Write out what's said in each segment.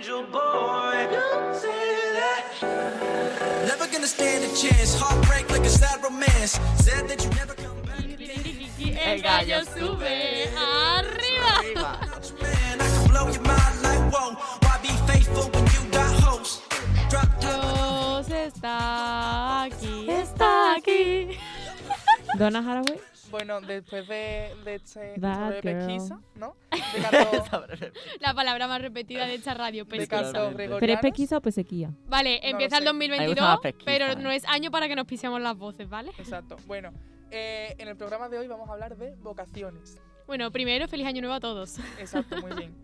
little boy. Don't say that. Never gonna stand a chance. Heartbreak like a sad romance. Said that you never come back. El gallo sube. ¡Arriba! Not your man. I can blow your mind like whoa. Why be faithful when you got hoes? Drop top. Dios está aquí. Está aquí. Donna Haraway. Bueno, después de, de este That sobre girl. pesquisa, ¿no? De Carlos, La palabra más repetida de esta radio, de pesquisa. Carlos Literalmente. Gregorianos. ¿Pero es pesquisa o pesequía? Vale, lo empieza el sé. Me gusta 2022, más pesquisa, pero eh. no es año para que nos pisemos las voces, ¿vale? Exacto. Bueno, eh, en el programa de hoy vamos a hablar de vocaciones. Bueno, primero, feliz año nuevo a todos. Exacto, muy bien.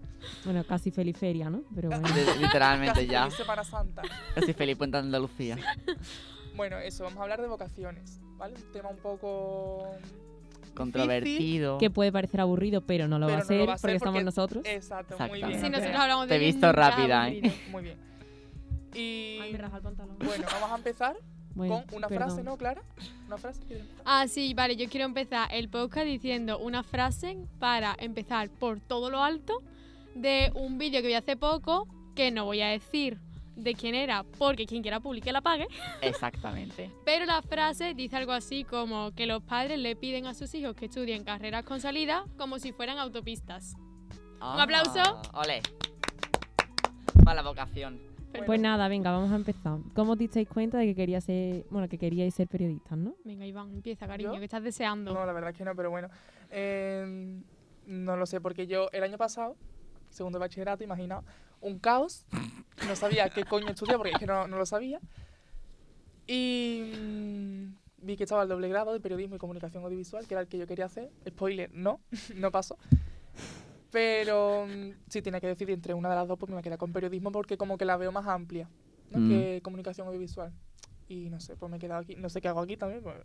Bueno, casi feliferia, ¿no? Pero bueno. Ah. Li- Literalmente Casi ya. feliz Semana Santa. Casi Felipe en Andalucía. Bueno, eso, vamos a hablar de vocaciones, ¿vale? Un tema un poco... Controvertido. Que puede parecer aburrido, pero no lo, Pero va, a no lo ser va a ser porque estamos porque- eh, nosotros. Exacto, muy Exactamente. ¿eh? bien. Si nosotros Andrea. hablamos de Te he bien, visto ya rápida, aburrido. Muy bien. Ay, Y... me raja el pantalón. Bueno, vamos a empezar Bueno, con una perdón. frase, ¿no, Clara? Una frase. que- Ah, sí, vale, yo quiero empezar el podcast diciendo una frase para empezar por todo lo alto de un vídeo que vi hace poco que no voy a decir de quién era porque quien quiera publique la pague, Exactamente. pero la frase dice algo así como que los padres le piden a sus hijos que estudien carreras con salida como si fueran autopistas. Ah, aplauso. Ole. Para la vocación. Pues nada, venga, vamos a empezar. ¿Cómo os disteis cuenta de que quería ser, bueno, que queríais ser periodistas, no? Venga, Iván, empieza, cariño, ¿Yo? que estás deseando. No, la verdad es que no, pero bueno. Eh, no lo sé, porque yo el año pasado, segundo de bachillerato, imagina, un caos. No sabía qué coño estudiar porque es que no, no lo sabía. Y mm, vi que estaba el doble grado de periodismo y comunicación audiovisual, que era el que yo quería hacer. Spoiler, no, no pasó. Pero mm, si tenía que decidir entre una de las dos, pues me voy a quedar con periodismo porque como que la veo más amplia ¿no? Mm. que comunicación audiovisual. Y no sé, pues me he quedado aquí. No sé qué hago aquí también, pues,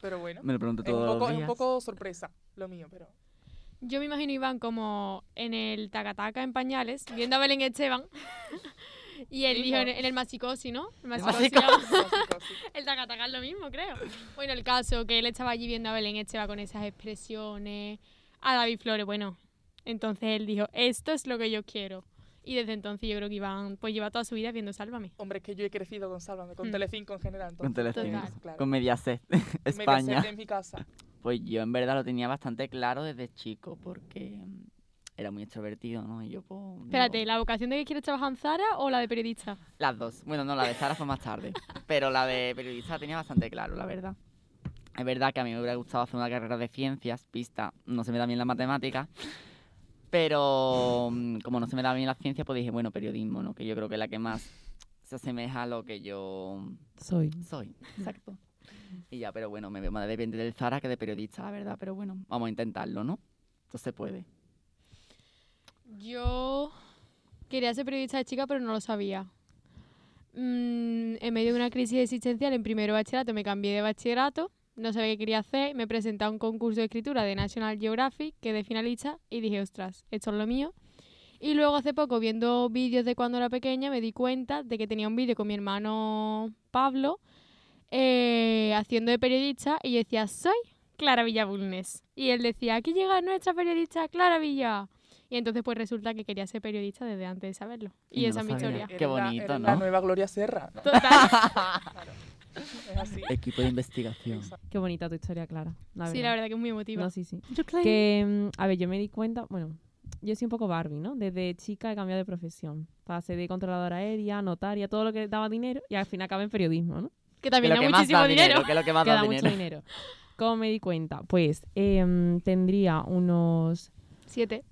pero bueno. Me lo pregunto Es un, todos los poco, es un días. poco sorpresa lo mío, pero. Yo me imagino Iván como en el Tacataca en pañales, viendo a Belén Esteban. Y él Sí, dijo ¿no? en en el Masicosi, ¿no? El Masicosi. Masicosi. Así, El Tacataca es lo mismo, creo. Bueno, el caso que él estaba allí viendo a Belén Esteban con esas expresiones, a David Flores, bueno. Entonces él dijo, esto es lo que yo quiero. Y desde entonces yo creo que Iván pues lleva toda su vida viendo Sálvame. Hombre, es que yo he crecido con Sálvame, con Mm. Telecinco en general. Entonces, Con Telecinco. Total. Claro. Con Mediaset. Me casé España. en mi casa. Pues yo en verdad lo tenía bastante claro desde chico porque mm, era muy extrovertido, ¿no? Y yo, pues... digo, Espérate, ¿la vocación de que quieres trabajar en Zara o la de periodista? Las dos. Bueno, no, la de Sara fue más tarde. Pero la de periodista la tenía bastante claro, la verdad. Es verdad que a mí me hubiera gustado hacer una carrera de ciencias, pista, no se me da bien la matemática. Pero mm, como no se me da bien la ciencia, pues dije, bueno, periodismo, ¿no? Que yo creo que es la que más se asemeja a lo que yo Soy. soy. Exacto. Y ya, pero bueno, me veo más dependiente del Zara que de periodista, la verdad. Pero bueno, vamos a intentarlo, ¿no? Entonces se puede. Yo quería ser periodista de chica, pero no lo sabía. Mm, en medio de una crisis existencial en primero de bachillerato me cambié de bachillerato, no sabía qué quería hacer, me presenté a un concurso de escritura de National Geographic, quedé finalista y dije, ostras, esto es lo mío. Y luego hace poco, viendo vídeos de cuando era pequeña, me di cuenta de que tenía un vídeo con mi hermano Pablo eh, haciendo de periodista y yo decía, soy Clara Villa Bulnes. Y él decía, aquí llega nuestra periodista Clara Villa. Y entonces pues resulta que quería ser periodista desde antes de saberlo. Y, Y no esa es mi sabía. historia. Qué Eres la- bonito, eres ¿no? La nueva Gloria Serra. ¿no? Total. Es así. Equipo de investigación. Exacto. Qué bonita tu historia, Clara. La Sí, la verdad que es muy emotiva. No, sí, sí. Que, mm, a ver, yo me di cuenta, bueno, yo soy un poco Barbie, ¿no? Desde chica he cambiado de profesión. Pasé de controladora aérea, notaria, todo lo que daba dinero y al fin acabé en periodismo, ¿no? Que Que también lo da que más muchísimo da dinero. que es lo que más que da da mucho dinero. dinero. ¿Cómo me di cuenta? Pues em, tendría unos Siete.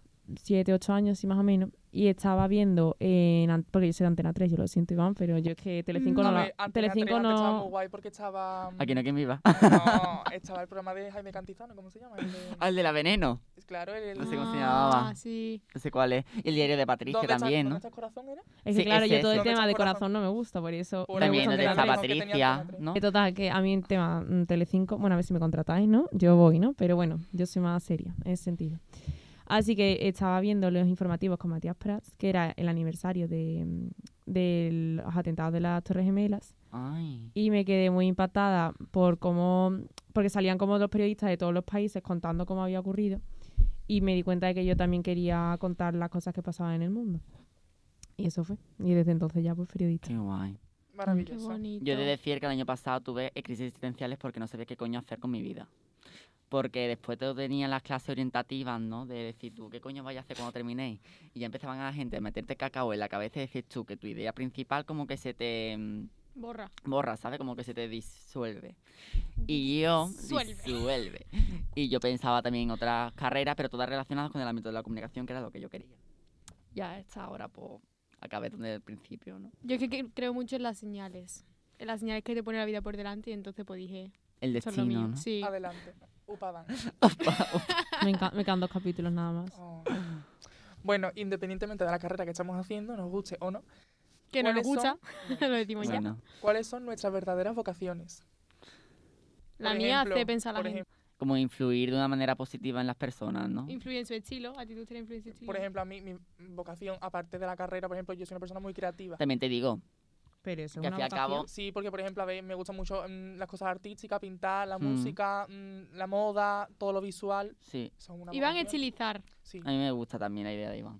7, 8 años, sí, más o menos, y estaba viendo en. an- Porque yo soy de Antena 3, yo lo siento, Iván, pero yo es que Telecinco Mm, no. A la- ver, Antena Telecinco 3 antes Estaba muy no. guay porque estaba. mm, Aquí no, ¿quién viva? No, estaba el programa de Jaime Cantizano, ¿cómo se llama? El de- Al de la veneno. Claro, el. Ah, No sé cómo se Ah, llamaba. sí. No sé cuál es. Y el diario de Patricia ¿Dónde está- también, ¿Dónde ¿no? está el corazón Mm, era? Es que, Sí, claro, ese, yo todo el ese. tema de Corazón. corazón no me gusta, por eso. Por me el También gusta donde Antena está tres, Antena ¿no? que tenía Patricia, Antena tres. ¿no? Que total, que a mí el tema mm, Telecinco, bueno, a ver si me contratáis, ¿no? Yo voy, ¿no? Pero bueno, yo soy más seria en ese sentido. Así que estaba viendo los informativos con Matías Prats, que era el aniversario de, mm, de los atentados de las Torres Gemelas, Ay. y me quedé muy impactada por cómo, porque salían como los periodistas de todos los países contando cómo había ocurrido, y me di cuenta de que yo también quería contar las cosas que pasaban en el mundo. Y eso fue. Y desde entonces ya, pues, periodista. Qué guay. Qué Maravilloso. bonito. Yo he de decir que el año pasado tuve eh, crisis existenciales porque no sabía qué coño hacer con mi vida. Porque después todo tenía las clases orientativas, ¿no? De decir, tú, ¿qué coño vayas a hacer cuando terminéis? Y ya empezaban a la gente a meterte cacao en la cabeza y decir tú que tu idea principal como que se te mm, Borra. borra, ¿sabes? Como que se te disuelve. Y yo... Disuelve. disuelve. Y yo pensaba también en otras carreras, pero todas relacionadas con el ámbito de la comunicación, que era lo que yo quería. Ya está ahora, pues, acabé donde el principio, ¿no? Yo es que cre- creo mucho en las señales. En las señales que te pone la vida por delante y entonces pues dije, El son lo mío. destino, ¿no? Sí. Adelante. Upadan. Me, enca- me quedan dos capítulos nada más. Oh. Bueno, independientemente de la carrera que estamos haciendo, nos guste o no, Que no nos ¿Cuáles gusta, lo decimos pues, ya. Bueno, ¿cuáles son nuestras verdaderas vocaciones? La Por mía ejemplo, hace pensar a la por gente. como influir de una manera positiva en las personas, ¿no? Influye en su estilo, actitud tiene influencia en su estilo. Por ejemplo, a mí, mi vocación, aparte de la carrera, por ejemplo, yo soy una persona muy creativa. También te digo, Pero eso que al fin y al cabo, Sí, porque, por ejemplo, a ver, me gustan mucho mm, las cosas artísticas, pintar, la Mm. música, mm, la moda, todo lo visual. sí, Son una Iván vocación. estilizar. Sí. a mí me gusta también la idea de Iván.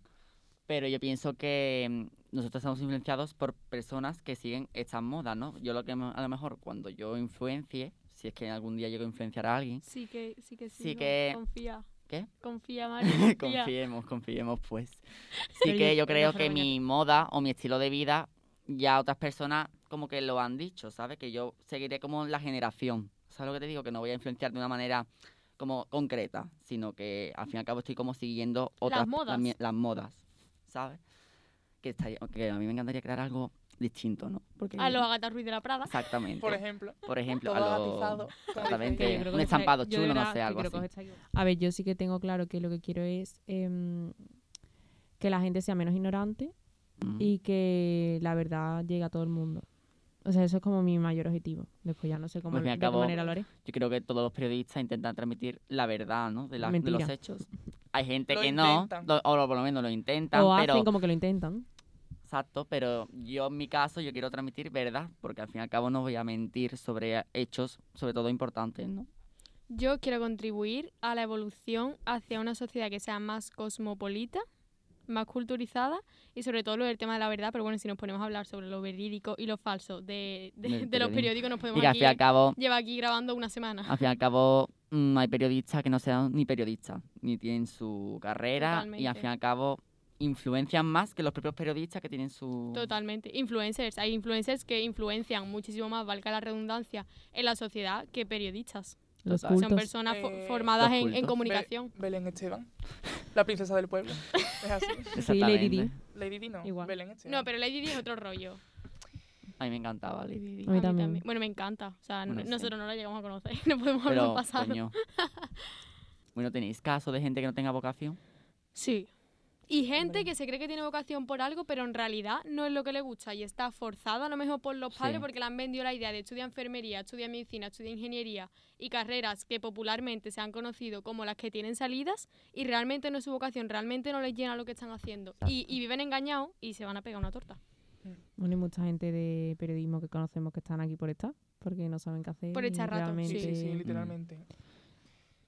Pero yo pienso que mm, nosotros estamos influenciados por personas que siguen estas modas, ¿no? Yo lo que me- a lo mejor cuando yo influencie, si es que algún día llego a influenciar a alguien, Sí que sí que sí. Sí no, que- Confía. ¿Qué? Confía, Mario. Confía. confiemos, confiemos pues. Pero Sí yo- que yo pero creo yo que creo que- mi moda o mi estilo de vida ya otras personas como que lo han dicho, ¿sabes? Que yo seguiré como la generación. ¿Sabes lo que te digo? Que no voy a influenciar de una manera como concreta, sino que al fin y al cabo estoy como siguiendo otras modas. mi- las modas, ¿sabes? Que, estaría- que a mí me encantaría crear algo distinto, ¿no? Porque A los Agatha Ruiz de la Prada. exactamente. Por ejemplo, Por ejemplo, todo a los- atizado. como dice Exactamente. un Yo creo que estampado yo de chulo, no verdad sé, que algo creo que así. os estáis- A ver, yo sí que tengo claro que lo que quiero es em, que la gente sea menos ignorante Mm. y que la verdad llegue a todo el mundo. O sea, eso es como mi mayor objetivo. Después ya no sé cómo, Pues me de qué acabo- manera lo haré. Yo creo que todos los periodistas intentan transmitir la verdad, ¿no? De, la- de los Mentira. hechos. Hay gente Lo que intentan. no, lo- o por lo menos lo intentan, O pero hacen como que lo intentan. exacto, pero yo en mi caso yo quiero transmitir verdad, porque al fin y al cabo no voy a mentir sobre hechos, sobre todo importantes, ¿no? Yo quiero contribuir a la evolución hacia una sociedad que sea más cosmopolita, más culturizada y sobre todo lo del tema de la verdad, pero bueno, si nos ponemos a hablar sobre lo verídico y lo falso de, de- Del de los periodismo. periódicos nos Y podemos que al aquí, fin y al cabo, lleva aquí grabando una semana. al fin y al cabo mm, hay periodistas que no sean ni periodistas, ni tienen su carrera y al Totalmente. fin y al cabo influencian más que los propios periodistas que tienen su Totalmente. Influencers. Hay influencers que influencian muchísimo más, valga la redundancia, en la sociedad que periodistas. Los Total. Son cultos. personas fo- Eh, formadas Los en- en, cultos. comunicación. Be- Belén Esteban, la princesa del pueblo. Es así. Sí, Lady Di. Exactamente. Lady Di no, Igual. Belén Esteban. No, pero Lady Di es otro rollo. A mí me encantaba Lady Di. A mí también. Bueno, me encanta. O sea, Bueno, no- sí. nosotros no la llegamos a conocer. No podemos hablar Pero, del pasado. coño. Bueno, ¿tenéis casos de gente que no tenga vocación? Sí. Y gente que se cree que tiene vocación por algo, pero en realidad no es lo que le gusta y está forzada a lo mejor por los padres Sí. porque le han vendido la idea de estudiar enfermería, estudiar medicina, estudiar ingeniería y carreras que popularmente se han conocido como las que tienen salidas y realmente no es su vocación, realmente no les llena lo que están haciendo. Y, y viven engañados y se van a pegar una torta. Bueno, hay mucha gente de periodismo que conocemos que están aquí por estar, porque no saben qué hacer. Por y echar rato. realmente- Sí, sí, sí, Mm. literalmente.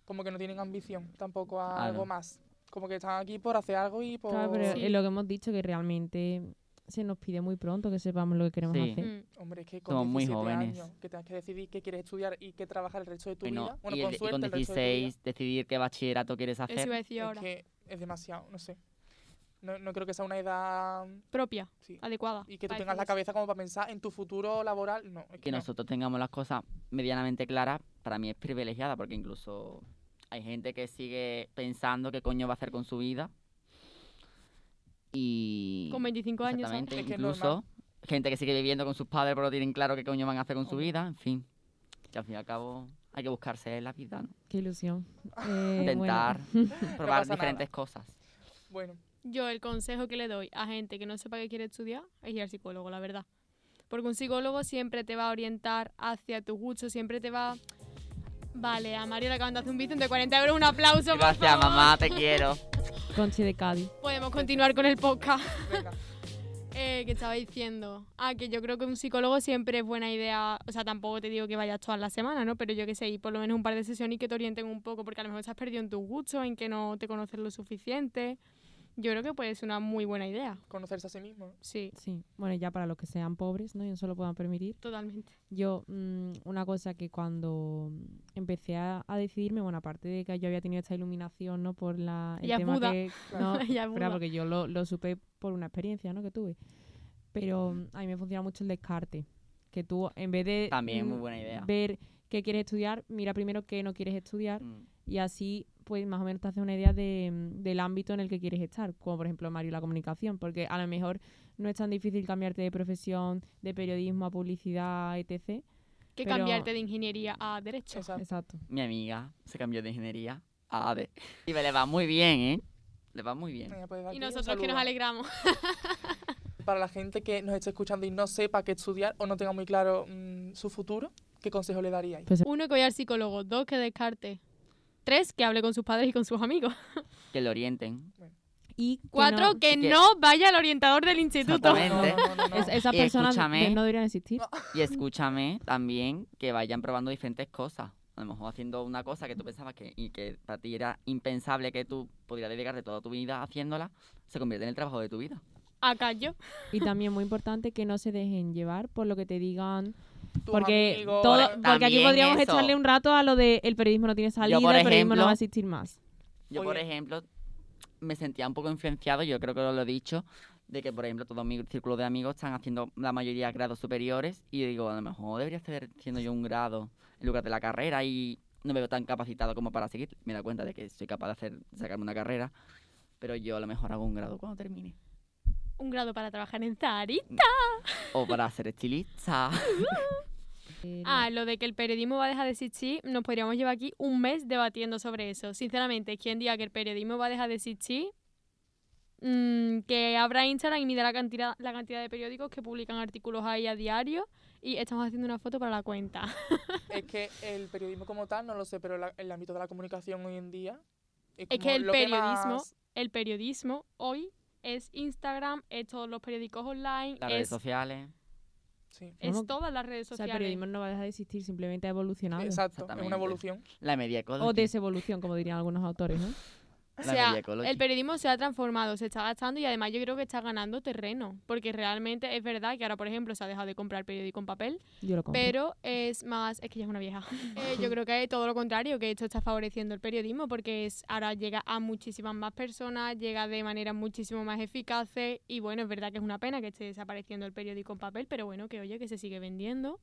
Como que no tienen ambición tampoco a Claro. algo más. Como que están aquí por hacer algo y por... Claro, pero Oh, Sí. es lo que hemos dicho, que realmente se nos pide muy pronto que sepamos lo que queremos Sí. hacer. Mm. Hombre, es que con Somos muy 17 jóvenes. años que tengas que decidir qué quieres estudiar y qué trabajar el resto de tu Bueno, vida. Bueno, y, el con de- y suerte con el resto de tu 16 decidir qué bachillerato quieres Eso hacer. iba a decir vida. ahora. Es que es demasiado, no sé. No, no creo que sea una edad... Propia, Sí. adecuada. Y que tú para tengas decir la eso. cabeza como para pensar en tu futuro laboral. No, es que que no. nosotros tengamos las cosas medianamente claras, para mí es privilegiada, porque incluso hay gente que sigue pensando qué coño va a hacer con su vida. Y. Con 25 años. ¿sabes? Exactamente, Es que es incluso gente que sigue viviendo con sus padres, pero no tienen claro qué coño van a hacer con su Hombre. vida, en fin. Que al fin y al cabo hay que buscarse la vida, ¿no? Qué ilusión. Eh, intentar bueno, probar pasa nada. diferentes cosas. Bueno, Yo el consejo que le doy a gente que no sepa qué quiere estudiar es ir al psicólogo, la verdad. Porque un psicólogo siempre te va a orientar hacia tu gusto, siempre te va... Vale, a Mario le acaban de hacer un bizum de 40 euros, un aplauso, por Gracias, favor. mamá, te quiero. Conchi de Cádiz. Podemos continuar con el podcast. venga. Eh, que estaba diciendo? Ah, que yo creo que un psicólogo siempre es buena idea. O sea, tampoco te digo que vayas todas las semanas, ¿no? Pero yo que sé, ir por lo menos un par de sesiones y que te orienten un poco, porque a lo mejor estás perdido en tus gustos, en que no te conoces lo suficiente. Yo creo que puede ser una muy buena idea. Conocerse a sí mismo. Sí, Sí, bueno, ya para los que sean pobres, ¿no? Y no se lo puedan permitir. totalmente. Yo, mm, una cosa que cuando empecé a, a decidirme, bueno, aparte de que yo había tenido esta iluminación, ¿no? Por la, el Ella es tema Buda. que... Claro. No, Ella es Claro, Buda. porque yo lo, lo supe por una experiencia ¿no? que tuve. Pero mm, a mí me funciona mucho el descarte. Que tú, en vez de También, muy mm, buena idea. ver qué quieres estudiar, mira primero qué no quieres estudiar Mm. y así, pues más o menos te haces una idea de, mm, del ámbito en el que quieres estar. Como por ejemplo, Mario, la comunicación. Porque a lo mejor no es tan difícil cambiarte de profesión, de periodismo a publicidad, etc. Que Pero- cambiarte de ingeniería a derecho. Exacto. Exacto. Mi amiga se cambió de ingeniería a ADE. Y le va muy bien, ¿eh? Le va muy bien. Venga, pues, aquí Y un nosotros que saludo. nos alegramos. Para la gente que nos esté escuchando y no sepa qué estudiar o no tenga muy claro mm, su futuro, ¿qué consejo le daríais? Pues- Uno, que vaya al psicólogo. Dos, que descarte. Tres, que hable con sus padres y con sus amigos. Que lo orienten. Y que Cuatro, no- que que- no vaya al orientador del instituto. Exactamente. no, no, no. es- esas Y personas escúchame. de- no deberían existir. Y escúchame también que vayan probando diferentes cosas. A lo mejor haciendo una cosa que tú pensabas que, y que para ti era impensable que tú pudieras dedicarte toda tu vida haciéndola, se convierte en el trabajo de tu vida. Acá yo. Y también muy importante que no se dejen llevar por lo que te digan Tus porque amigos, todo, eh, porque aquí También podríamos eso. echarle un rato a lo de el periodismo no tiene salida, por el periodismo no ejemplo- va a existir más. Yo, Oye. por ejemplo, me sentía un poco influenciado, yo creo que lo he dicho, de que, por ejemplo, todo mi círculo de amigos están haciendo la mayoría grados superiores y yo digo, a lo mejor debería estar haciendo yo un grado en lugar de la carrera y no me veo tan capacitado como para seguir. Me da cuenta de que soy capaz de hacer, sacarme una carrera, pero yo a lo mejor hago un grado cuando termine. Un grado para trabajar en Zari. O para ser estilista. Eh, Ah, lo de que el periodismo va a dejar de existir, nos podríamos llevar aquí un mes debatiendo sobre eso. Sinceramente, quien diga que el periodismo va a dejar de existir, mm, que abra Instagram y mida la cantidad, la cantidad de periódicos que publican artículos ahí a diario. Y estamos haciendo una foto para la cuenta. Es que el periodismo como tal, no lo sé, pero la- el ámbito de la comunicación hoy en día... Es, que como el lo periodismo- más- El periodismo hoy es Instagram, es todos los periódicos online, Las redes es, sociales. Sí, es Vamos. todas las redes o sea, el sociales. periodismo no va a dejar de existir, simplemente Ah, ha evolucionado. exacto, es Exactamente. una evolución. La mediacola. O desevolución, como dirían algunos autores, ¿no? O La sea, mediacología. el periodismo se ha transformado, se está gastando y además yo creo que está ganando terreno, porque realmente es verdad que ahora, por ejemplo, se ha dejado de comprar periódico en papel, Yo lo compro. pero es más, es que ya es una vieja. Eh, yo creo que todo lo contrario, que esto está favoreciendo el periodismo, porque es, ahora llega a muchísimas más personas, llega de manera muchísimo más eficaz y bueno, es verdad que es una pena que esté desapareciendo el periódico en papel, pero bueno, que oye, que se sigue vendiendo.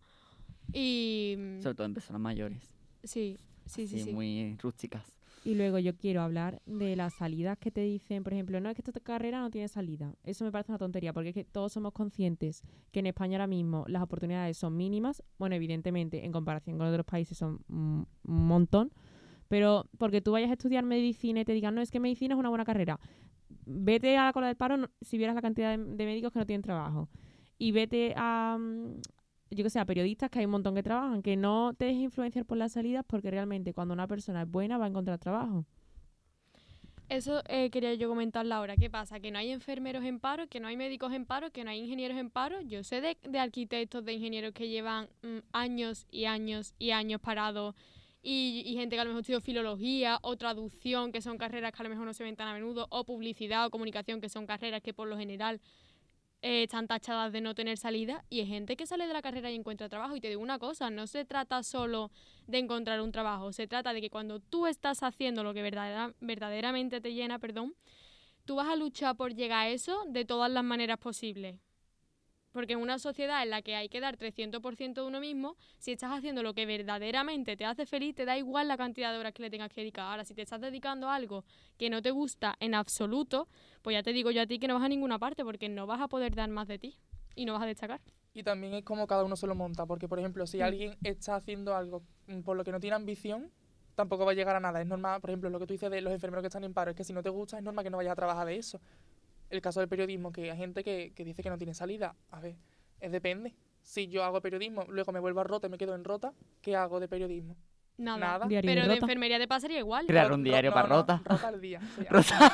Y mm, Sobre todo en personas mayores. sí, sí, sí, así, sí. Muy rústicas. Y luego yo quiero hablar de las salidas que te dicen, por ejemplo, no es que esta carrera no tiene salida. Eso me parece una tontería, porque es que todos somos conscientes que en España ahora mismo las oportunidades son mínimas. Bueno, evidentemente, en comparación con otros países son un un montón. Pero porque tú vayas a estudiar medicina y te digan, no, es que medicina es una buena carrera. Vete a la cola del paro no- si vieras la cantidad de, de médicos que no tienen trabajo. Y vete a, mm, yo que sé, a periodistas que hay un montón que trabajan, que no te dejes influenciar por las salidas porque realmente cuando una persona es buena va a encontrar trabajo. Eso eh, quería yo comentarlo ahora. ¿Qué pasa? Que no hay enfermeros en paro, que no hay médicos en paro, que no hay ingenieros en paro. Yo sé de, de arquitectos, de ingenieros que llevan mm, años y años y años parados y, y gente que a lo mejor estudió filología o traducción, que son carreras que a lo mejor no se ven tan a menudo, o publicidad o comunicación, que son carreras que por lo general eh, están tachadas de no tener salida. Y hay gente que sale de la carrera y encuentra trabajo. Y te digo una cosa, no se trata solo de encontrar un trabajo. Se trata de que cuando tú estás haciendo lo que verdadera- verdaderamente te llena, perdón, tú vas a luchar por llegar a eso de todas las maneras posibles. Porque en una sociedad en la que hay que dar 300% de uno mismo, si estás haciendo lo que verdaderamente te hace feliz, te da igual la cantidad de horas que le tengas que dedicar. Ahora, si te estás dedicando a algo que no te gusta en absoluto, pues ya te digo yo a ti que no vas a ninguna parte porque no vas a poder dar más de ti y no vas a destacar. Y también es como cada uno se lo monta, porque por ejemplo, si Mm. alguien está haciendo algo mm, por lo que no tiene ambición, tampoco va a llegar a nada. Es normal, por ejemplo, lo que tú dices de los enfermeros que están en paro, es que si no te gusta, es normal que no vayas a trabajar de eso. El caso del periodismo, que hay gente que, que dice que no tiene salida. A ver, es depende. Si yo hago periodismo, luego me vuelvo a Rota y me quedo en Rota, ¿qué hago de periodismo? Nada. Nada. Diario Pero de rota. enfermería te pasaría igual. Crear Ro- un ro- diario no, para no, Rota. Rota al día. se llama. Rota.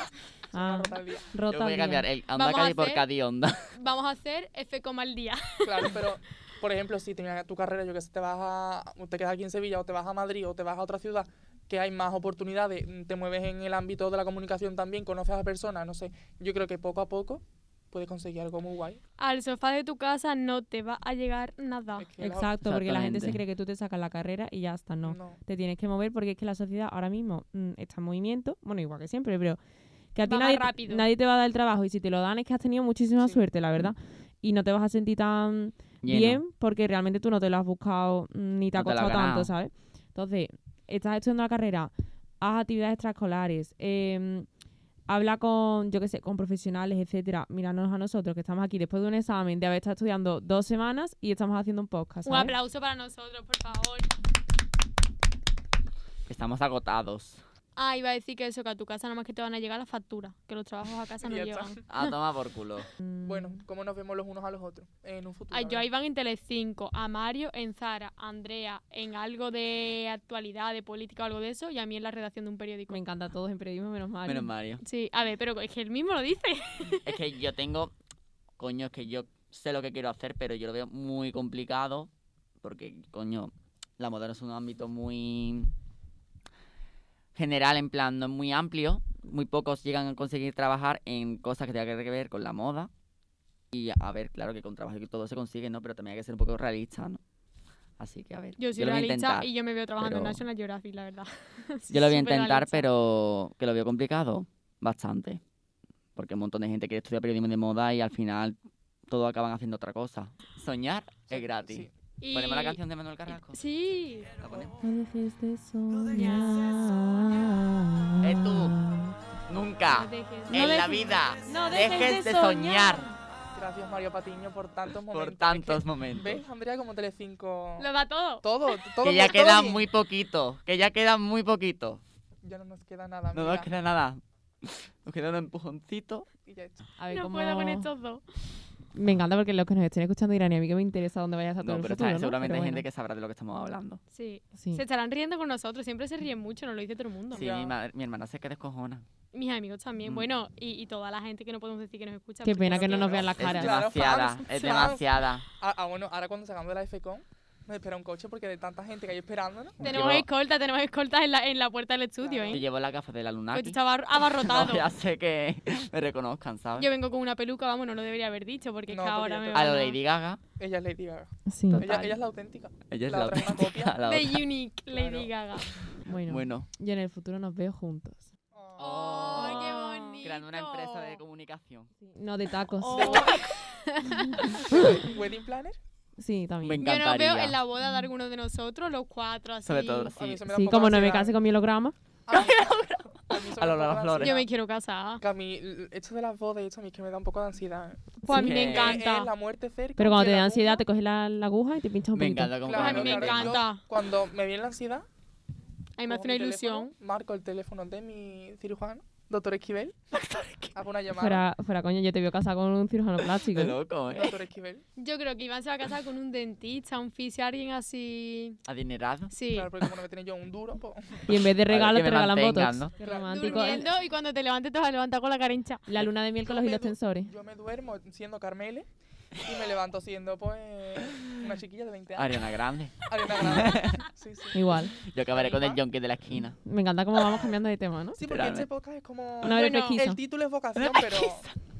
Ah, Rota al día. rota Yo voy a bien. cambiar el onda Vamos a calle por hacer- Cádiz onda. Vamos a hacer F coma al día. Claro, pero por ejemplo, si terminas tu carrera, yo que sé, te vas a, o te quedas aquí en Sevilla o te vas a Madrid o te vas a otra ciudad que hay más oportunidades, mm, te mueves en el ámbito de la comunicación también, conoces a personas, no sé. Yo creo que poco a poco puedes conseguir algo muy guay. Al sofá de tu casa no te va a llegar Ah, nada. Es que la- Exacto, porque la gente se Exactamente. cree que tú te sacas la carrera y ya está, no. no. Te tienes que mover porque es que la sociedad ahora mismo mm, está en movimiento, bueno, igual que siempre, pero que a ti Va más nadie, rápido. nadie te va a dar el trabajo y si te lo dan es que has tenido muchísima Sí. suerte, la verdad. Mm. Y no te vas a sentir tan Lleno. bien porque realmente tú no te lo has buscado mm, ni te ha No te lo has costado tanto, ganado. ¿sabes? Entonces, estás estudiando la carrera, haz actividades extraescolares, eh, habla con, yo qué sé, con profesionales, etcétera. Míranos a nosotros que estamos aquí después de un examen, de haber estado estudiando dos semanas y estamos haciendo un podcast, Un ¿sabes? aplauso para nosotros, por favor. Estamos agotados. Ah, iba a decir que eso, que a tu casa nada más que te van a llegar las facturas, que los trabajos a casa no Y ya está. llegan. A tomar Ah, por culo. Mm. Bueno, ¿cómo nos vemos los unos a los otros en un futuro? A la yo a verdad? Iván en Telecinco, a Mario en Zara, a Andrea en algo de actualidad, de política o algo de eso, y a mí en la redacción de un periódico. Me encanta todos en periodismo, menos mal. Menos Mario. Sí, a ver, pero es que él mismo lo dice. Es que yo tengo. Coño, es que yo sé lo que quiero hacer, pero yo lo veo muy complicado. Porque, coño, la moda no es un ámbito muy general, en plan, no es muy amplio. Muy pocos llegan a conseguir trabajar en cosas que tengan que ver con la moda. Y a ver, claro que con trabajo y todo se consigue, ¿no? Pero también hay que ser un poco realista, ¿no? Así que a ver. Yo soy lo voy a realista intentar. y yo me veo trabajando en pero- National Geographic, la verdad. Yo lo voy Súper a intentar, realista. pero que lo veo complicado, bastante. Porque un montón de gente quiere estudiar periodismo de moda y al final todos acaban haciendo otra cosa. Soñar es gratis. Sí. Y- ¿Ponemos la canción de Manuel Carrasco? Sí. ¿La ponemos? No dejes de soñar. Eh, tú. Nunca dejes- en la dejes- vida no dejes, de soñar, Gracias, Mario Patiño, por tantos momentos. por Es tantos que, momentos. ¿Ves, Andrea, como Telecinco? Lo da todo. Todo, todo. Que ya todo queda bien. muy poquito, que ya queda muy poquito. Ya no nos queda nada, No nos amiga. queda nada. Nos queda un empujoncito. Y ya está. A ver, no cómo- puedo con estos dos. Me encanta porque los que nos estén escuchando dirán, "Y a mí que me interesa dónde vayas a todo No, el pero futuro, está- ¿no?". seguramente hay Pero gente bueno, que sabrá de lo que estamos hablando. Sí. sí. Se estarán riendo con nosotros. Siempre se ríen mucho, nos lo dice todo el mundo. Sí, Ya. mi, madre- mi hermana se que descojona. Mis amigos también. Mm. Bueno, y, y toda la gente que no podemos decir que nos escucha. pues Qué porque pena no que no nos quiero. vean las Es caras. Claro, demasiada, fans, es fans. demasiada. Ah, ah, bueno, ahora cuando salgamos de la FCON, nos espera un coche porque de tanta gente que hay esperándonos. Tenemos Llevo- escolta, tenemos escoltas en la, en la puerta del estudio, Claro. Yo ¿eh? llevo la gafa de la luna. Coche estaba abarrotado. ya sé que me reconozcan, ¿sabes? Yo vengo con una peluca, vamos, no lo debería haber dicho porque No, es que porque ahora ya me te- A van lo Lady Gaga. Ella es Lady Gaga. Sí, Total. Ella, ella es la auténtica. Ella es La la, otra es una auténtica. copia. la otra. The Unique Lady Gaga. bueno, Bueno. Yo en el futuro nos veo juntos. ¡Ay, Oh, qué bonito! Oh, Creando una empresa de comunicación. No de tacos. Oh, ¿Wedding planner? Sí, Me también. yo nos encantaría. veo en la boda de alguno de nosotros, los cuatro, así. Sobre todo, A mí sí. se me da un Sí, poco como no me ansiedad. case con mi holograma. Ah, a mí se me da A lo un poco Lola de Flores. Yo ansiedad. me quiero casar. Que a mí, l- esto de las bodas y esto a mí es que me da un poco de ansiedad. ¿eh? Pues a mí Sí. me Que encanta. Es la muerte cerca. Pero cuando que te da la ansiedad, muda- te coges la, la aguja y te pinchas un Me poquito. encanta como Claro, a mí me programa. encanta. yo cuando me viene la A ansiedad, mí me hace cojo una mi teléfono, ilusión. marco el teléfono de mi cirujano, doctor Esquivel. hago una llamada. Fuera, fuera coño, yo te veo casada con un cirujano plástico. Qué ¿eh? loco, ¿eh? Doctor Esquivel. Yo creo que Iván se va a casar con un dentista, un fisio, alguien así. Adinerado. Sí. Claro, porque como no me tiene yo un duro, pues. Y en vez de ver, regalos, que te me regalan botox. mantengan, ¿no? Qué Claro. romántico. Durmiendo y cuando te levantes te vas a levantar con la cara hincha. La luna de miel con los Yo me hilos du- tensores. Yo me duermo siendo Carmele y me levanto siendo, pues, una chiquilla de 20 años. Ariana Grande. Ariana Grande. Sí, sí. Igual. Yo acabaré con el yonki de la esquina. Me encanta cómo vamos cambiando de tema, ¿no? Sí, porque Literalmente. este podcast es como. Una breve Bueno, pesquisa. el título es vocación, pero.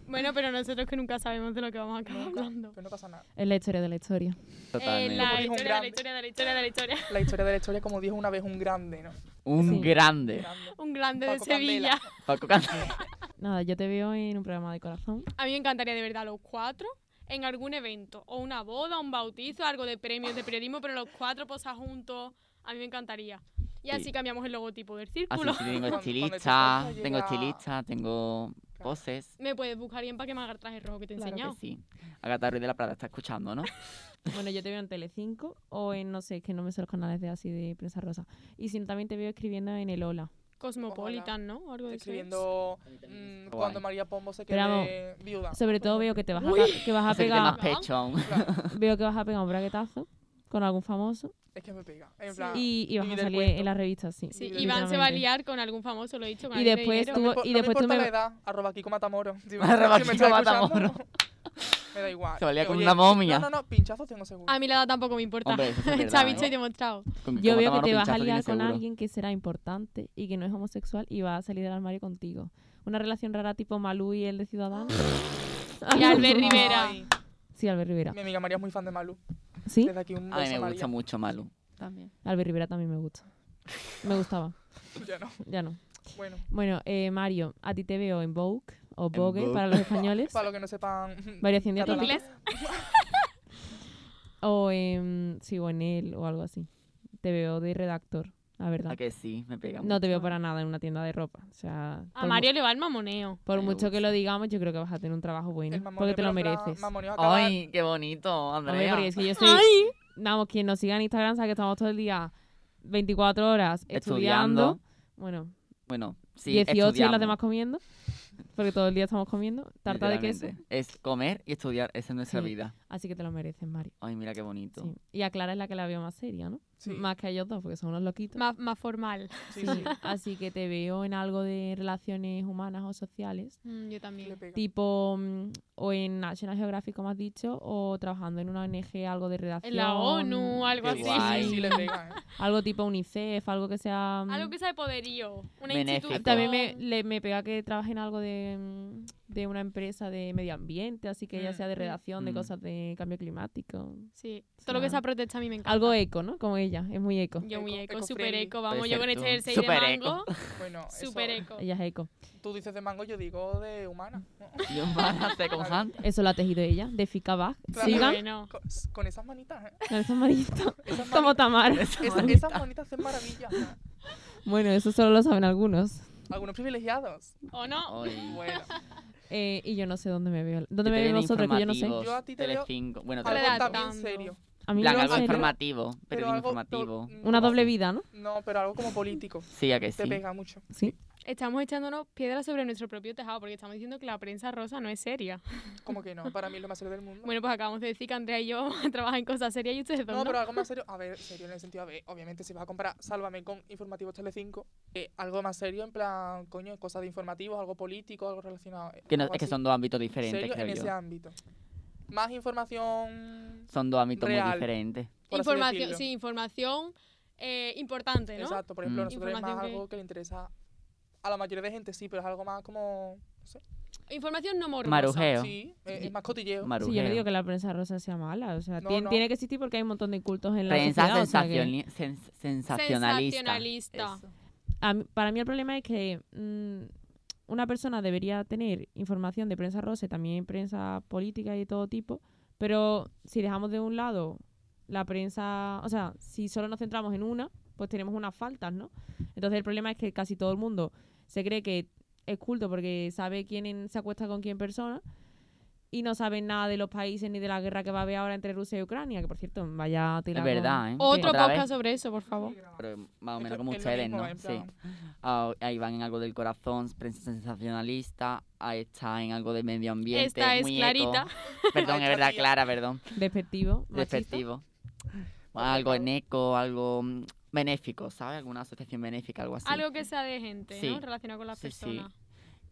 Bueno, pero nosotros que nunca sabemos de lo que vamos a acabar hablando. Pero no pasa nada. Es la historia de la historia. Eh, Totalmente. la Porque es un historia de la grande. historia de la historia de la historia. La historia de la historia, como dijo una vez un grande, ¿no? Un Sí. grande. Grande. Un grande de Paco Candela. Sevilla. Paco Candela. Nada, yo te veo en un programa de corazón. A mí me encantaría de verdad los cuatro en algún evento, o una boda, un bautizo, algo de premios de periodismo, pero los cuatro posas juntos, a mí me encantaría. Y así Sí. cambiamos el logotipo del Así círculo. Ah, sí, tengo Cuando- estilista, cuando te tengo llega- estilista, tengo poses. Me puedes buscar bien para que me haga el traje rojo que te he Claro que enseñado. Que sí. Agatha Ruiz de la Prada está escuchando, ¿no? Bueno, yo te veo en Telecinco o en, no sé, es que no me sé los canales de así de prensa rosa. Y si no, también te veo escribiendo en el Hola. Cosmopolitan, ¿no? O Algo de eso. Escribiendo mm, Guay. cuando María Pombo se Pero vamos, quede viuda. Sobre todo veo que te vas a, ca- que vas a Así que más pegar pechón. veo que vas a pegar un braguetazo con algún famoso Es que me pega. En plan, y, y vas vivir a el salir cuento. en las revistas, sí. Sí, Sí, Iván se va a definitivamente. liar con algún famoso, lo he dicho. con Y alguien de después dinero. tú- No me impo- y no me después tú me- importa la edad, arroba Kiko Matamoro. Si me- Arroba si me Kiko estás escuchando, Matamoro. Me da igual. Se valía Eh, como oye, una sí, momia. No, no, no, pinchazos tengo seguro. A mí la edad tampoco me importa. Hombre, eso sí es verdad, Está bicho ¿eh? y demostrado. Con- Yo veo como que Tamara te vas a Pinchazo tiene liar con seguro. alguien que será importante y que no es homosexual y va a salir del armario contigo. Una relación rara tipo Malú y el de Ciudadanos. Ah, Y Albert Rivera. Ay, Sí, Albert Rivera. mi amiga María es muy fan de Malú. ¿Sí? Desde aquí un A mí beso me a gusta María. mucho Malu. También. Albert Rivera también me gusta. Me gustaba, Ya no. ya no. Bueno, Bueno, eh, Mario, a ti te veo en Vogue o Vogue, Vogue. para los españoles. para los que no sepan. Variación ¿En diatópica. inglés? O en, sí, o en él o algo así. Te veo de redactor, la verdad. A que sí, me pega No mucho. te veo para nada en una tienda de ropa. O sea, por A mu- Mario le va el mamoneo. por Me mucho que gusta. lo digamos, yo creo que vas a tener un trabajo bueno. el mamoneo, Porque te lo pero en plan, mereces. mamoneo acaba- ¡Ay, qué bonito, Hombre, Andrea! porque es que yo soy... ¡Ay! Vamos, quien nos siga en Instagram sabe que estamos todo el día 24 horas estudiando. Estudiando. Bueno, Bueno, sí, 18 y las estudiamos, demás comiendo. Porque todo el día estamos comiendo tarta de queso. literalmente. Es comer y estudiar, esa es nuestra Sí. vida. Así que te lo mereces, Mario. Ay, mira qué bonito. Sí. Y a Clara es la que la veo más seria, ¿no? Sí. Más que a ellos dos, porque son unos loquitos. Más, más formal. Sí, Sí, sí. Así que te veo en algo de relaciones humanas o sociales. Mm, yo Le también. pega. Tipo, mm, o en National Geographic, como has dicho, o trabajando en una ONG, algo de redacción. En la ONU, algo Qué así. guay. Sí, sí, le pega, ¿eh? Algo tipo UNICEF, algo que sea... mm, Algo que sea de poderío. Una Benéfico. institución. También me, le- me pega que trabaje en algo de, mm, de una empresa de medio ambiente, así que ya Mm. sea de redacción, de Mm. cosas de cambio climático. Sí. Todo lo que sea protesta a mí me encanta. Algo eco, ¿no? Como ella, es muy eco. Yo muy Eco- eco, eco super friendly. eco. Vamos, Puede yo ser con tú. este jersey Super de eco. mango. Bueno, eso- Super eco. Ella es eco. Tú dices de mango, yo digo de humana. ¿no? Yo me hace como fan. Eso lo ha tejido ella, de Fica Bag. Claro. Sigan Bueno. Con, con esas manitas, ¿eh? con esa manita, Esas como manitas, Tamara. esas, esas manitas hacen maravillas. ¿eh? Bueno, eso solo lo saben algunos. Algunos privilegiados. ¿O no? Ay. Bueno, Eh, y yo no sé dónde me veo. ¿Dónde me Te veis ven vosotros? Que yo no sé. informativos, Yo a ti te veo Telecinco. Bueno, te algo Redactando. también serio. A mí plan, no, en algo serio. informativo, Pero periodismo algo to- informativo. Una doble así. vida, ¿no? No, pero algo como político. Sí, a que sí. Te pega mucho. Sí. Estamos echándonos piedras sobre nuestro propio tejado porque estamos diciendo que la prensa rosa no es seria. Como que no, para mí es lo más serio del mundo. Bueno, pues acabamos de decir que Andrea y yo vamos a trabajar en cosas serias y ustedes dos no, no. pero algo más serio. A ver, serio en el sentido, a ver, obviamente si vas a comprar Sálvame con Informativos Telecinco, eh, algo más serio en plan, coño, cosas de informativos, algo político, algo relacionado. eh, Que no, algo es que así. son dos ámbitos diferentes, serio en creo yo. ese ámbito. Más información. Son dos ámbitos muy Real. diferentes. por así información, decirlo. sí, información eh, importante, ¿no? Exacto, por ejemplo, Mm. nosotros es más Información que- algo que le interesa a la mayoría de gente, sí, pero es algo más como. No sé. Información no morbosa. Marujeo. Sí, eh, es, es más cotilleo. Sí, yo no digo Marujeo. que la prensa rosa sea mala. O sea, No, tien- no. tiene que existir porque hay un montón de cultos en la Prensa sociedad. o sea que- sensacioni- sen- sensacionalista. Sensacionalista. Eso. a mí- para mí el problema es que mm, una persona debería tener información de prensa rosa y también prensa política y de todo tipo, pero si dejamos de un lado la prensa, o sea, si solo nos centramos en una, pues tenemos unas faltas, ¿no? Entonces el problema es que casi todo el mundo se cree que es culto porque sabe quién en- se acuesta con quién persona y no saben nada de los países ni de la guerra que va a haber ahora entre Rusia y Ucrania, que por cierto, vaya tela Es con- verdad, ¿eh? Otro Otra podcast vez. sobre eso, por favor. Pero más o Es menos lo- como es lo ustedes, mismo, ¿no? en Sí. plan, Ah, ahí van en algo del corazón, prensa sensacionalista. Ahí está en algo de medio ambiente. Esta es muy eco. Clarita. Perdón, es Otra verdad, tía. Clara, perdón. despectivo, machista. Despectivo. Ah, Algo en eco, algo mm, benéfico, ¿sabes? Alguna asociación benéfica, algo así. Algo que sea de gente, Sí. ¿no? Relacionado con las Sí, sí. personas.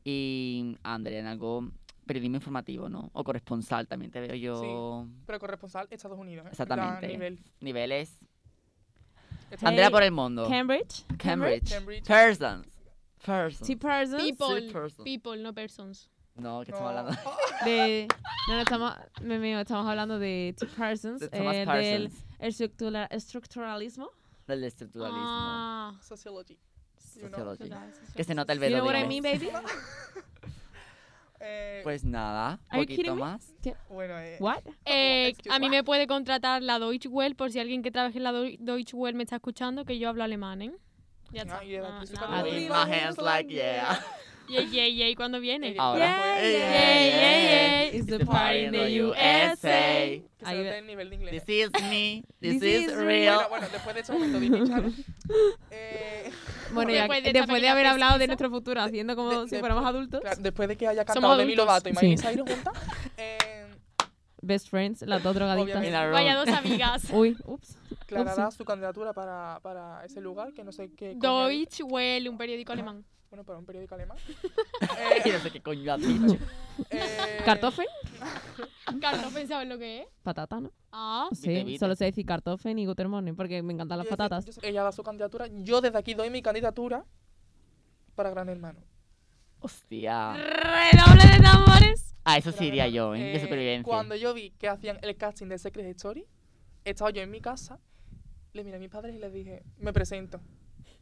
Y Andrea, en algo periodismo informativo, ¿no? O corresponsal, también te veo yo. Pero corresponsal Estados Unidos. ¿eh? Exactamente. La nivel- Niveles. Estados Andrea Hey, por el mundo. Cambridge, Cambridge. Cambridge. Persons. Persons. Two persons. People, Sí, person. people, no persons. No, que No. estamos hablando. de no, no estamos me meo, estamos hablando de two persons De Thomas eh, del Parsons. estructura- estructuralismo Del estructuralismo. Ah, Sociology. you know. sociología. total, eso Que se nota el you dedo know what de I inglés. mean baby Eh, Pues nada, Are you poquito kidding me? más. bueno, eh, what Eh, Excuse a mí me. me puede contratar la Deutsche Welle por si alguien que trabaje en la Deu- Deutsche Welle me está escuchando, que yo hablo alemán, ¿eh? Ya Ah, está. y de la Ah, crisis nada. para Adiós. With my hands like yeah. Yay, yay, yay, cuando viene. Ah, Ahora. Yeah, Hey, yeah, hey, hey, hey. it's the party in the USA que se Ahí note ve- el nivel de inglés. This is me. This, This is, is real. Bueno, bueno, después de ese momento de pinchar, eh, bueno ya- Después después de de, esta pequeña haber hablado de pesquisa. nuestro futuro haciendo como de- si de- fuéramos adultos claro, después de que haya Somos cantado Demi adultos. Lovato y Sí. Miley Cyrus juntas, eh, best friends, las dos drogadictas. En la Vaya road. dos amigas. Uy, ups. Declarará su candidatura para, para ese lugar, que no sé qué. coño- Deutsche Welle, un periódico alemán. Bueno, para un periódico alemán. Eh, Yo sé qué coño has dicho. eh, Cartofen, Cartofen, ¿sabes lo que es? patata, ¿no? Ah, No Vite, sé, vite. solo sé decir Cartofen y Gutermorning porque me encantan las yo decía- patatas. yo sé- ella da su candidatura. Yo desde aquí doy mi candidatura para Gran Hermano. Hostia. redoble de tambores. A eso sí iría Gran yo, Hermano. ¿eh? Eh, De supervivencia. Cuando yo vi que hacían el casting de Secret Story, estaba yo en mi casa, le miré a mis padres y les dije, me presento.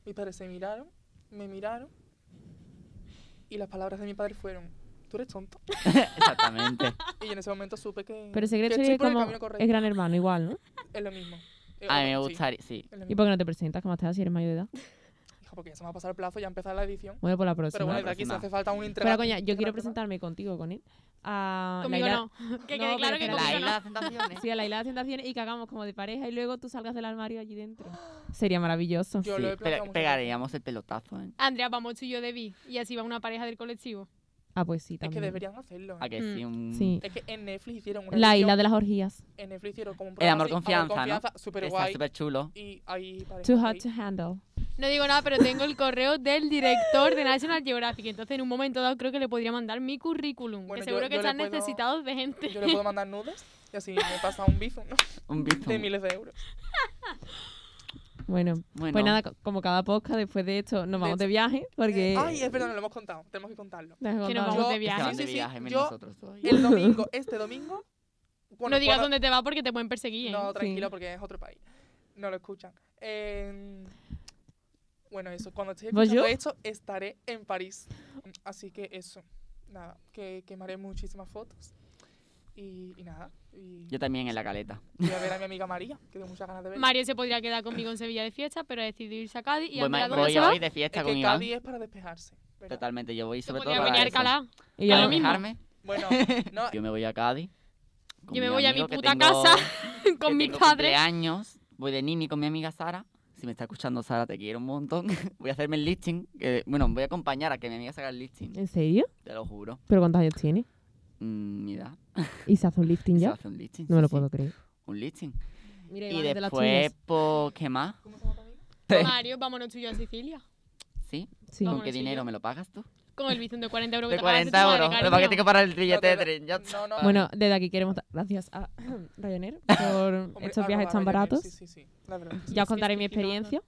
Mis padres se miraron, me miraron, y las palabras de mi padre fueron, tú eres tonto. Exactamente. Y yo en ese momento supe que, Pero Secret que Story estoy es por el como camino correcto. es gran hermano igual, ¿no? Es lo mismo. Eh, A mí me sí, gustaría, sí. es lo ¿Y mismo. por qué no te presentas como estás si eres mayor de edad? Hijo, porque ya se me va a pasar el plazo, ya empezar la edición. Bueno, por la Pero próxima. bueno, la desde aquí se próxima. hace falta un Pero entrenador. coña, yo quiero presentarme contigo con él. Ah, A Conmigo Laila- no. Que quede No, claro pero que que conmigo la La no. isla de las Ah. tentaciones. Sí, a la isla de tentaciones y que hagamos como de pareja y luego tú salgas del armario allí dentro. Sería maravilloso. Yo lo he Sí, planteado pero muchas pegaríamos el pelotazo, ¿eh? Andrea, vamos tú y yo de Vi. Y así va una pareja del colectivo. Ah, pues sí, Es que también. deberían hacerlo. A que Mm, sí, un... Sí. Es que en Netflix hicieron una La edición- isla de las orgías. En Netflix hicieron como un El programa amor así, confianza, ¿no? súper Está guay. súper chulo. Y ahí parejas Too gay. hot to handle. No digo nada, pero tengo el correo del director de National Geographic. Entonces, en un momento dado, creo que le podría mandar mi currículum. Bueno, que seguro yo- que yo le están puedo- necesitados de gente. Yo le puedo mandar nudes y así me pasa un bifo ¿no? Un bicho. de miles de euros. Bueno, Bueno, pues nada, co- como cada podcast después de esto nos vamos hecho- de viaje porque... Eh, ay, es verdad, no lo hemos contado. Tenemos que contarlo. Deja que nos contar. vamos de Yo- que se viaje. van sí, de sí, sí, viaje yo- nosotros ¿eh? todavía. El domingo, este domingo. bueno, no digas cuando- dónde te vas porque te pueden perseguir. ¿eh? No, tranquila, Sí. porque es otro país. No lo escuchan. Eh, bueno, eso. Cuando estéis ¿Voy escuchando yo? esto, estaré en París. Así que eso. Nada, que quemaré muchísimas fotos. Y, y nada. Y Yo también en la caleta. voy a ver a mi amiga María, que tengo muchas ganas de ver. Mario se podría quedar conmigo en Sevilla de fiesta, pero ha decidido irse a Cádiz. ¿Y Voy, Andrea ma- dónde voy se va? hoy de es fiesta que con Iván. Cádiz es para despejarse. ¿verdad? Totalmente, yo voy Se sobre todo podría para venir a eso. Alcalá. Y A yo- lo mismo. alejarme. Bueno, no, Yo me voy a Cádiz. con Yo me mi voy a mi amigo que puta tengo- casa que con mis tengo padres. cumpleaños, voy de Nini con mi amiga Sara. Si me está escuchando Sara, te quiero un montón. voy a hacerme el listing. que- bueno, voy a acompañar a que mi amiga se haga el listing. ¿En serio? Te lo juro. ¿Pero cuántos años tiene? Mm, mira, ¿Y se hace un lifting se ya? hace un listing. No me sí, lo sí, puedo creer. Un listing. Mira, y después, pues, ¿qué más? Mario, vámonos tú y yo a Sicilia. ¿Sí? Sí. ¿Con Vámonos, qué sí, dinero yo. me lo pagas tú? Con el bizum de 40 euros que De te pagaste 40 tu madre, euros. Lo cariño. que tengo para el no billete te- de tren. ya está. no, no, Bueno, desde aquí queremos dar gracias a Ryanair por hombre, estos a viajes tan robar Ryanair, baratos. Sí, sí, sí. La verdad. que sí. es Ya os contaré que mi estoy flipando. experiencia.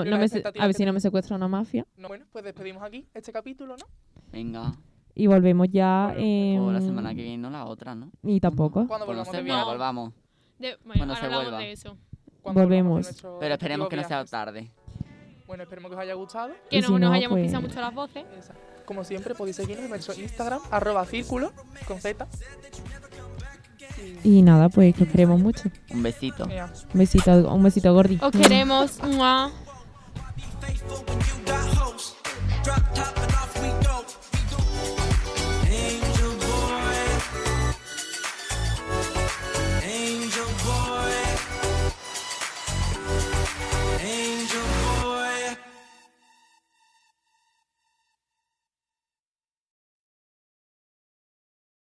Yo No la me se- expectativa a ver que si no me secuestra una mafia. No, bueno, pues despedimos aquí este capítulo, ¿no? Venga. Y volvemos ya. Volvemos O la em, semana que viene, no la otra, ¿no? Y tampoco. Cuando Pues no volvamos sé, de mira, viaje. No. volvamos. De- bueno, Cuando ahora se hablamos vuelva. de eso. Cuando volvamos de Volvemos. nuestro Pero esperemos respectivo que no sea viajes. tarde. Bueno, esperemos que os haya gustado. Que Y no si nos no, hayamos pues- pisado mucho las voces. Esa. Como siempre, podéis seguirnos en nuestro Instagram, arroba círculo, con Z. Y nada, pues que os queremos mucho. Un besito. Ea. Un besito, un besito gordi. Os queremos. Mua. Be faithful when you got hoes. Drop top